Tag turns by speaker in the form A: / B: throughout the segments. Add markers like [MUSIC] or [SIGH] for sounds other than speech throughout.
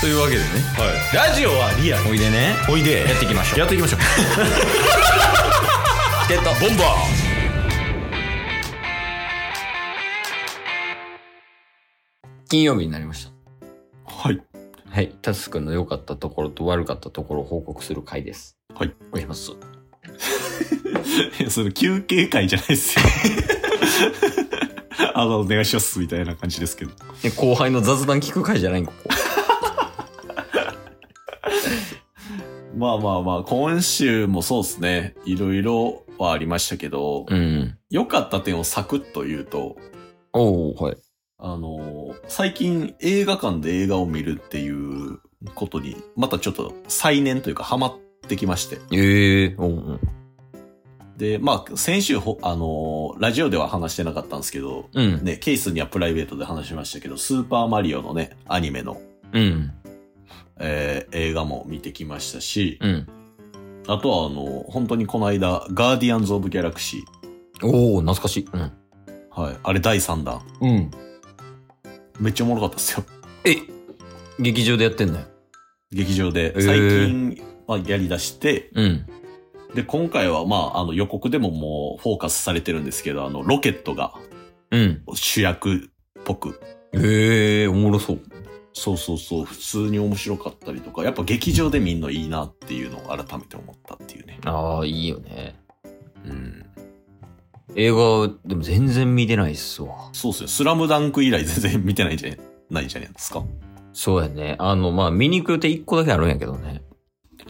A: というわけでね
B: ラジオはリアル
A: おいでね
B: おいで
A: やっていきましょう
B: やってい
A: [LAUGHS]
B: きましょう
A: チケットボンバー金曜日になりました
B: はい
A: はいタス君の良かったところと悪かったところを報告する回です
B: はい
A: お願いします
B: いやその休憩会じゃないですよ [LAUGHS] あのお願いしますみたいな感じですけど
A: え後輩の雑談聞く回じゃないんここ
B: まあまあまあ今週もそうですねいろいろはありましたけど
A: うん
B: 良、かった点をサクッと言うと
A: おおはい
B: あの最近映画館で映画を見るっていうことにまたちょっと再燃というかハマってきまして
A: ええー、おうん
B: でまあ先週ほあのラジオでは話してなかったんですけど
A: うん
B: ね、ケースにはプライベートで話しましたけど、スーパーマリオのね、アニメの、
A: うん
B: えー映画も見てきましたし、
A: うん
B: あとはあの、本当にこの間、ガーディアンズ・オブ・ギャラクシ
A: おお懐かしいうん
B: ー。はい。あれ第3弾。
A: うん
B: めっちゃおもろかったですよ。
A: え劇場でやってんだよ
B: 劇場で。
A: えー
B: 最近、まあ、やり出して、
A: うん
B: で、今回はまあ、あの、予告でももうフォーカスされてるんですけど、あの、ロケットが
A: うん
B: 主役っぽく。
A: ええー、おもろそう
B: そうそうそう、普通に面白かったりとか、やっぱ劇場で見んのいいなっていうのを改めて思ったっていうね。
A: ああいいよね
B: うん。
A: 映画でも全然見てないっすわ
B: そうっすよ。スラムダンク以来全然見てないんじゃねないじゃないですか。
A: そうやねあのまあ見に行く予定1個だけあるんやけどね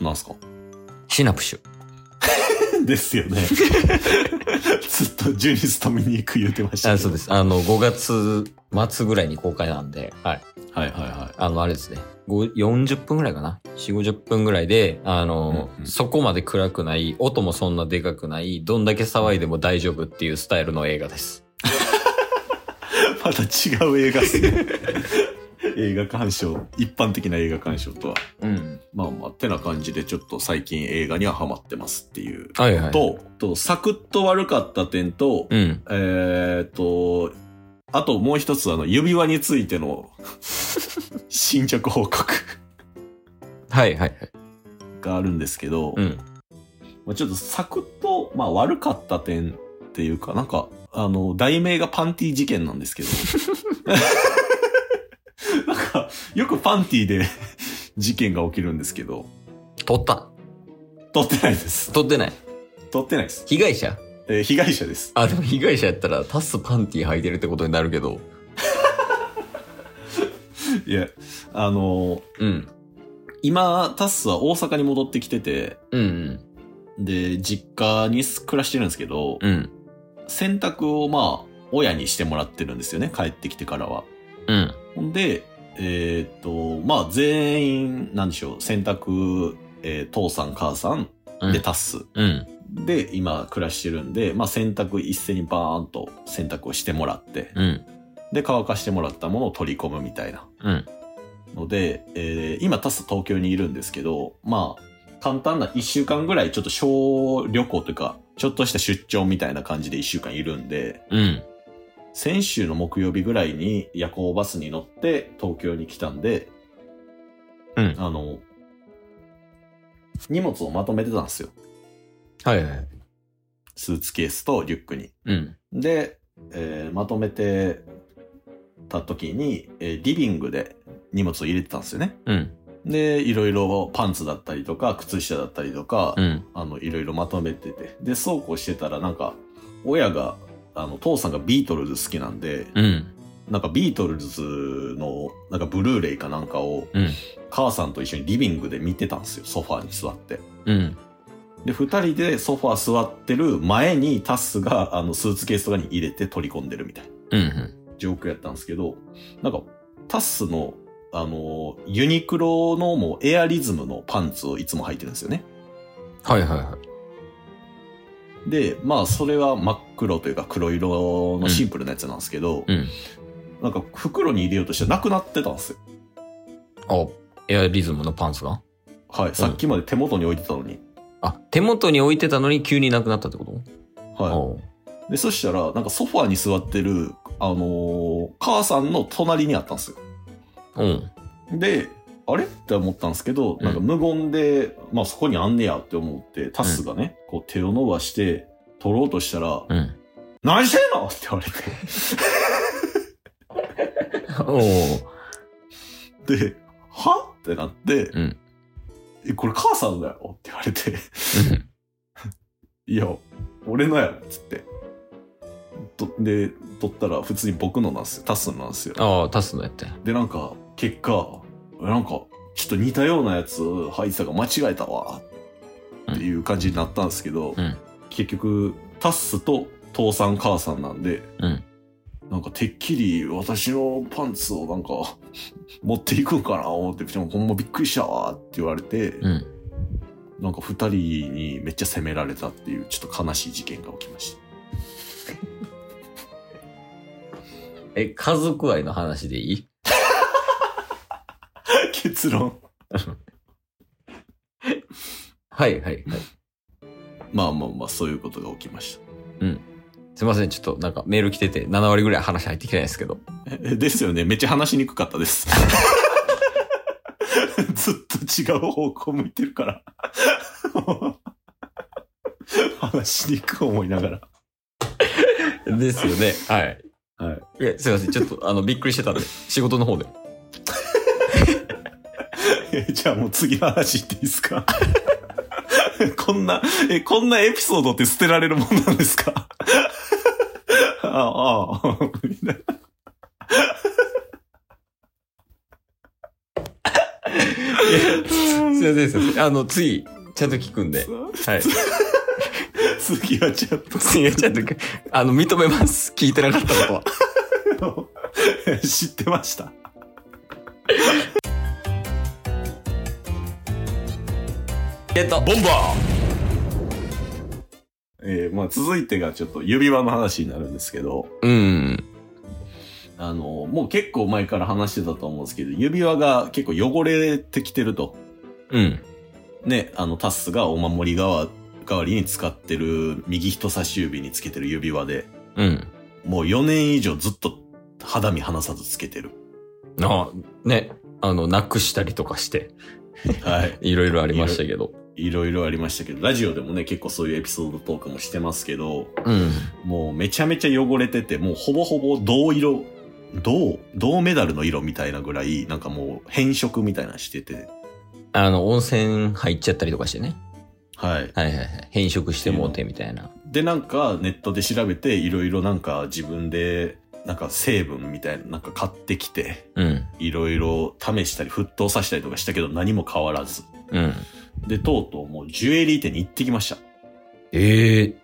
B: なんすか
A: シナプシュ
B: です
A: [LAUGHS]
B: よね。ずっとジュニスと見に行く言うてました。
A: あそうですすあの5月末ぐらいに公開なんではい
B: はいはいは
A: あのあれですねご40分ぐらいかな450分ぐらいであの、
B: うんうん
A: そこまで暗くない音もそんなでかくないどんだけ騒いでも大丈夫っていうスタイルの映画です
B: い。また違う映画っ
A: [LAUGHS]
B: すね。映画鑑賞、一般的な映画鑑賞とは。
A: うん
B: まあまあ、てな感じでちょっと最近映画にはハマってますっていう。
A: はいはい
B: と、とサクッと悪かった点と、
A: うん
B: えーっと、あともう一つあの、指輪について
A: [LAUGHS]
B: の進捗報告
A: はいはいはい
B: があるんですけど、
A: うん
B: まあ、ちょっとサクッと、まあ、悪かった点っていうか、なんか、あの、題名がパンティ事件なんですけど。なんか、よくパンティで事件が起きるんですけど、
A: 撮った
B: 撮ってないです。
A: 撮ってない
B: 撮ってないです。
A: 被害者
B: えー被害者です。
A: あでも被害者やったらタスパンティ履いてるってことになるけど
B: いや、あの、
A: うん
B: 今、タッスは大阪に戻ってきてて、
A: うん
B: で、実家に暮らしてるんですけど、
A: うん
B: 洗濯をまあ、親にしてもらってるんですよね、帰ってきてからは。
A: うん
B: ほんで、えーっと、まあ、全員、なんでしょう、洗濯、えー父さん、母さん、
A: うん
B: で、タッス。
A: うん
B: で、今、暮らしてるんで、まあ、洗濯一斉にバーンと洗濯をしてもらって、
A: うん
B: で、乾かしてもらったものを取り込むみたいな。
A: うん
B: ので、えー今、タッス東京にいるんですけど、まあ、簡単な一週間ぐらい、ちょっと小旅行というか、ちょっとした出張みたいな感じで一週間いるんで、
A: うん
B: 先週の木曜日ぐらいに夜行バスに乗って東京に来たんで、
A: うん
B: あの、荷物をまとめてたんですよ。
A: はいはい
B: スーツケースとリュックに。
A: うん
B: で、えーまとめてた時に、えーリビングで荷物を入れてたんですよね。
A: うん
B: で、いろいろパンツだったりとか、靴下だったりとか、
A: うん
B: あの、いろいろまとめてて。で、そうこうしてたらなんか、親が、あの、父さんがビートルズ好きなんで、
A: うん
B: なんかビートルズのなんかブルーレイかなんかを
A: うん
B: 母さんと一緒にリビングで見てたんですよソファーに座って
A: うん
B: で2人でソファー座ってる前にタスがあのスーツケースとかに入れて取り込んでるみたいな
A: うん
B: 状況やったんですけどなんかタスのあのユニクロのもうエアリズムのパンツをいつも履いてるんですよね
A: はいはいは
B: でまあそれは真っ黒というか黒色のシンプルなやつなんですけど、
A: いうん
B: なんか袋に入れようとしてなくなってたんですよ
A: あエアリズムのパンツが
B: はい、さっきまで手元に置いてたのに
A: あ手元に置いてたのに急になくなったってこと
B: はい
A: おう
B: で、そしたら、なんかソファーに座ってる、あのー母さんの隣にあったんですよ。
A: うん
B: で、あれって思ったんですけど、
A: うん
B: なんか無言で、まあそこにあんねやって思って、タスがね、こう手を伸ばして、取ろうとしたら、
A: うん。
B: 何してんのって言われて。
A: おお。
B: で、はってなって、
A: うん
B: え、これ母さんだよって言われて、いや、俺のやろっつって。とで、取ったら普通に僕のなんですよ。タスのなんですよ。
A: ああ、タスのやって。
B: で、なんか、結果、なんか、ちょっと似たようなやつ入ってたから間違えたわ、っていう感じになったんですけど、
A: うん
B: 結局、タッスと父さん母さんなんで、
A: うん
B: なんかてっきり私のパンツをなんか [LAUGHS] 持っていくんかな思って、でもほんまびっくりしたわって言われて、
A: うん。
B: なんか二人にめっちゃ責められたっていうちょっと悲しい事件が起きました。 [LAUGHS]
A: え、家族愛の話でいい
B: 結論。
A: はいはいはい。
B: まあまあまあ、そういうことが起きました。
A: すいません、ちょっとなんかメール来てて7割ぐらい話入ってきてないですけど。
B: ええ [LAUGHS] ですよね。めっちゃ話しにくかったです。 [LAUGHS] ずっと違う方向向いてるから。話しにくく思いながら。
A: ですよね。はい。。
B: はい
A: いや、すいません、ちょっとあの、びっくりして [LAUGHS] たんで、仕事の方で。
B: えじゃあもう次の話行っていいですかこんな、え、こんなエピソードって捨てられるもんなんですかああ、みんな
A: すいません、すいません。あの、次、ちゃんと聞くんで。はい。
B: 次はちょっと
A: 次、ちゃんと、あの、認めます。聞いてなかったことは。
B: [LAUGHS] 知ってました。
A: えっと、
B: ボンバーえーまあ続いてがちょっと指輪の話になるんですけど、
A: うん。
B: あの、もう結構前から話してたと思うんですけど、指輪が結構汚れてきてると。
A: うん。
B: ね、あのタスがお守り代わ代わりに使ってる右人差し指につけてる指輪で、
A: うん。
B: もう4年以上ずっと肌身離さずつけてる。
A: あね、あの、なくしたりとかして、
B: はい。
A: いろいろありましたけど。
B: いろいろありましたけど、ラジオでもね、結構そういうエピソードトークもしてますけど、
A: うん。
B: もうめちゃめちゃ汚れてて、もうほぼほぼ銅色、銅、銅メダルの色みたいなぐらい、なんかもう変色みたいなのしてて、
A: あの、温泉入っちゃったりとかしてね。
B: はい。
A: はいはいはい。変色してもうてみたいな。
B: で、なんかネットで調べて、いろいろなんか自分で、なんか成分みたいな、なんか買ってきて、
A: うん。
B: いろいろ試したり、沸騰させたりとかしたけど、何も変わらず。
A: うん。
B: で、とうとうもうジュエリー店に行ってきました。
A: ええ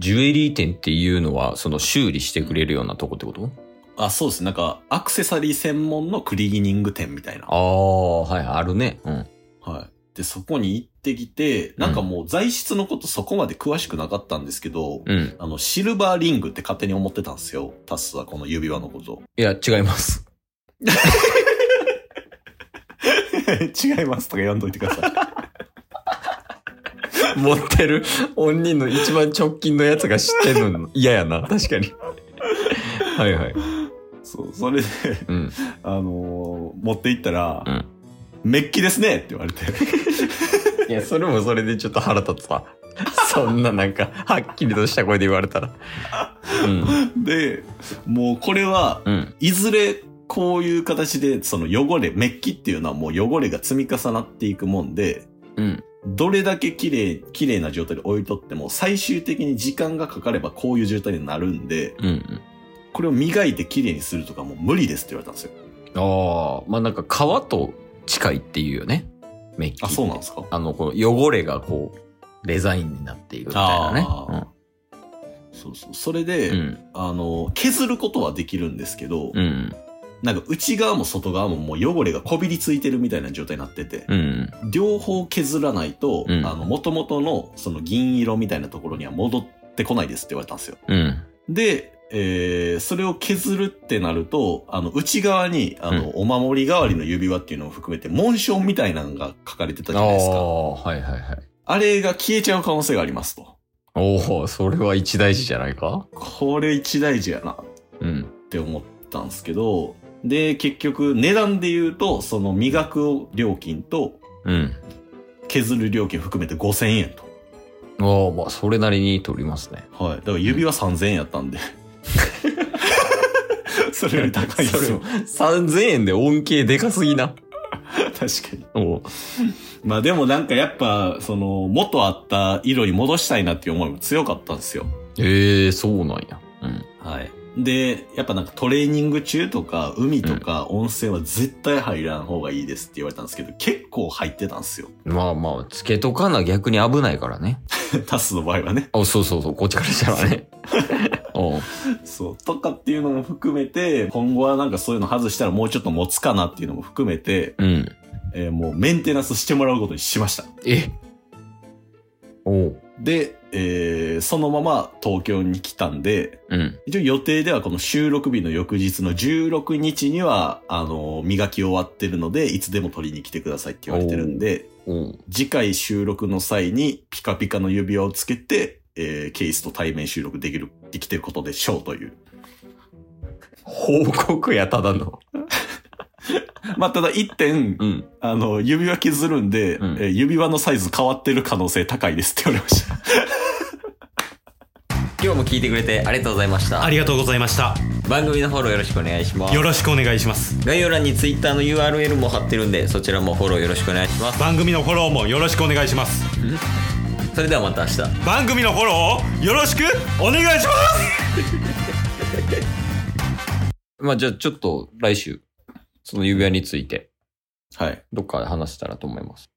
A: ジュエリー店っていうのは、その修理してくれるようなとこってこと
B: あ、そうです。なんか、アクセサリー専門のクリーニング店みたいな。
A: ああ、はい、あるね。うん。
B: はい。で、そこに行ってきて、なんかもう材質のことそこまで詳しくなかったんですけど、
A: うん。
B: あの、シルバーリングって勝手に思ってたんですよ。タスはこの指輪のこと。
A: いや、違います。
B: [LAUGHS]
A: [LAUGHS]
B: 違いますとか読んどいてください。
A: 持ってる本人の一番直近のやつが知ってるの嫌やな。確かに。はいはい。
B: [LAUGHS] そう、それで、
A: うん。
B: あのー持って行ったら、
A: うん
B: メッキですねって言われて。 [LAUGHS]
A: いや、それもそれでちょっと腹立つわ。そんななんか、はっきりとした声で言われたら。うん。
B: で、もうこれは、
A: うん。
B: いずれこういう形で、その汚れ、メッキっていうのはもう汚れが積み重なっていくもんで、
A: うん。
B: どれだけ綺麗、綺麗な状態で置いとっても、最終的に時間がかかればこういう状態になるんで、
A: うん。
B: これを磨いて綺麗にするとかもう無理ですって言われたんです
A: あ
B: よ。
A: あ、まあなんか皮と近いっていうよね。メッキ。
B: あ、そうなんですか
A: あの、この汚れがこう、デザインになっているみたいなね。
B: あそうそう。それで、
A: うん。うん。
B: あの、削ることはできるんですけど、
A: うん。
B: なんか内側も外側ももう汚れがこびりついてるみたいな状態になってて、
A: うん。
B: 両方削らないと、
A: うん
B: あの、元々のその銀色みたいなところには戻ってこないですって言われたんですよ。
A: うん。
B: で、えー、それを削るってなると、あの、内側に、あの、お守り代わりの指輪っていうのを含めて、紋章みたいなのが書かれてたじ
A: あ
B: ゃないですか。
A: あ、はいはいはい。
B: あれが消えちゃう可能性がありますと。
A: おお、それは一大事じゃないか
B: これ一大事やな
A: うん。
B: って思ったんですけど、で、結局、値段で言うと、その磨く料金と
A: うん。
B: 削る料金含めて5000円と。
A: おおまあ、それなりに取ります [LAUGHS] ね。
B: はい。だから指輪3000円やった [LAUGHS] んで。それより高いで
A: そ
B: す
A: れ
B: よ
A: も。3000円で恩恵でかすぎな。
B: 確かに。
A: お
B: まあでもなんかやっぱ、その、元あった色に戻したいなっていう思いも強かったんですよ。
A: ええそうなんや。うん。
B: はい。で、やっぱなんかトレーニング中とか、海とか温泉は絶対入らん方がいいですって言われたんですけど、結構入ってたんですよ。 [LAUGHS]
A: まあまあ、つけとかな逆に危ないからね。
B: タスの場合はね。
A: あ、そうそうそう、こっちからしたらね。 [LAUGHS] おう
B: そう。とかっていうのも含めて、今後はなんかそういうの外したらもうちょっと持つかなっていうのも含めて、
A: うん。
B: えーもうメンテナンスしてもらうことにしました。
A: えおう
B: で、えーそのまま東京に来たんで、
A: うん。
B: 一応予定ではこの収録日の翌日の16日には、あのー磨き終わってるので、いつでも取りに来てくださいって言われてるんで、
A: おう
B: 次回収録の際にピカピカの指輪をつけて、えーケイスと対面収録できる、できてることでしょうという。
A: 報告や、ただの。
B: まあ、ただ一点、
A: うん。
B: あの、指輪削るんで、
A: うん
B: えー指輪のサイズ変わってる可能性高いですって言われました。
A: 今日も聞いてくれてありがとうございました。
C: ありがとうございました
A: 番組のフォローよろしくお願いします
C: よ。ろしくお願いします
A: 概要欄に Twitter の URL も貼ってるんで、そちらもフォローよろしくお願いします。
C: 番組のフォローもよろしくお願いします
A: それではまた明日。
C: 番組のフォローをよろしくお願いします
A: まあじゃあちょっと来週、その指輪について、
B: はい。
A: どっかで話したらと思います。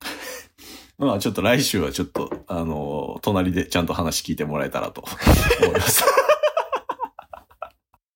B: まあ、ちょっと来週はちょっと、あのー隣でちゃんと話聞いてもらえたらと思います。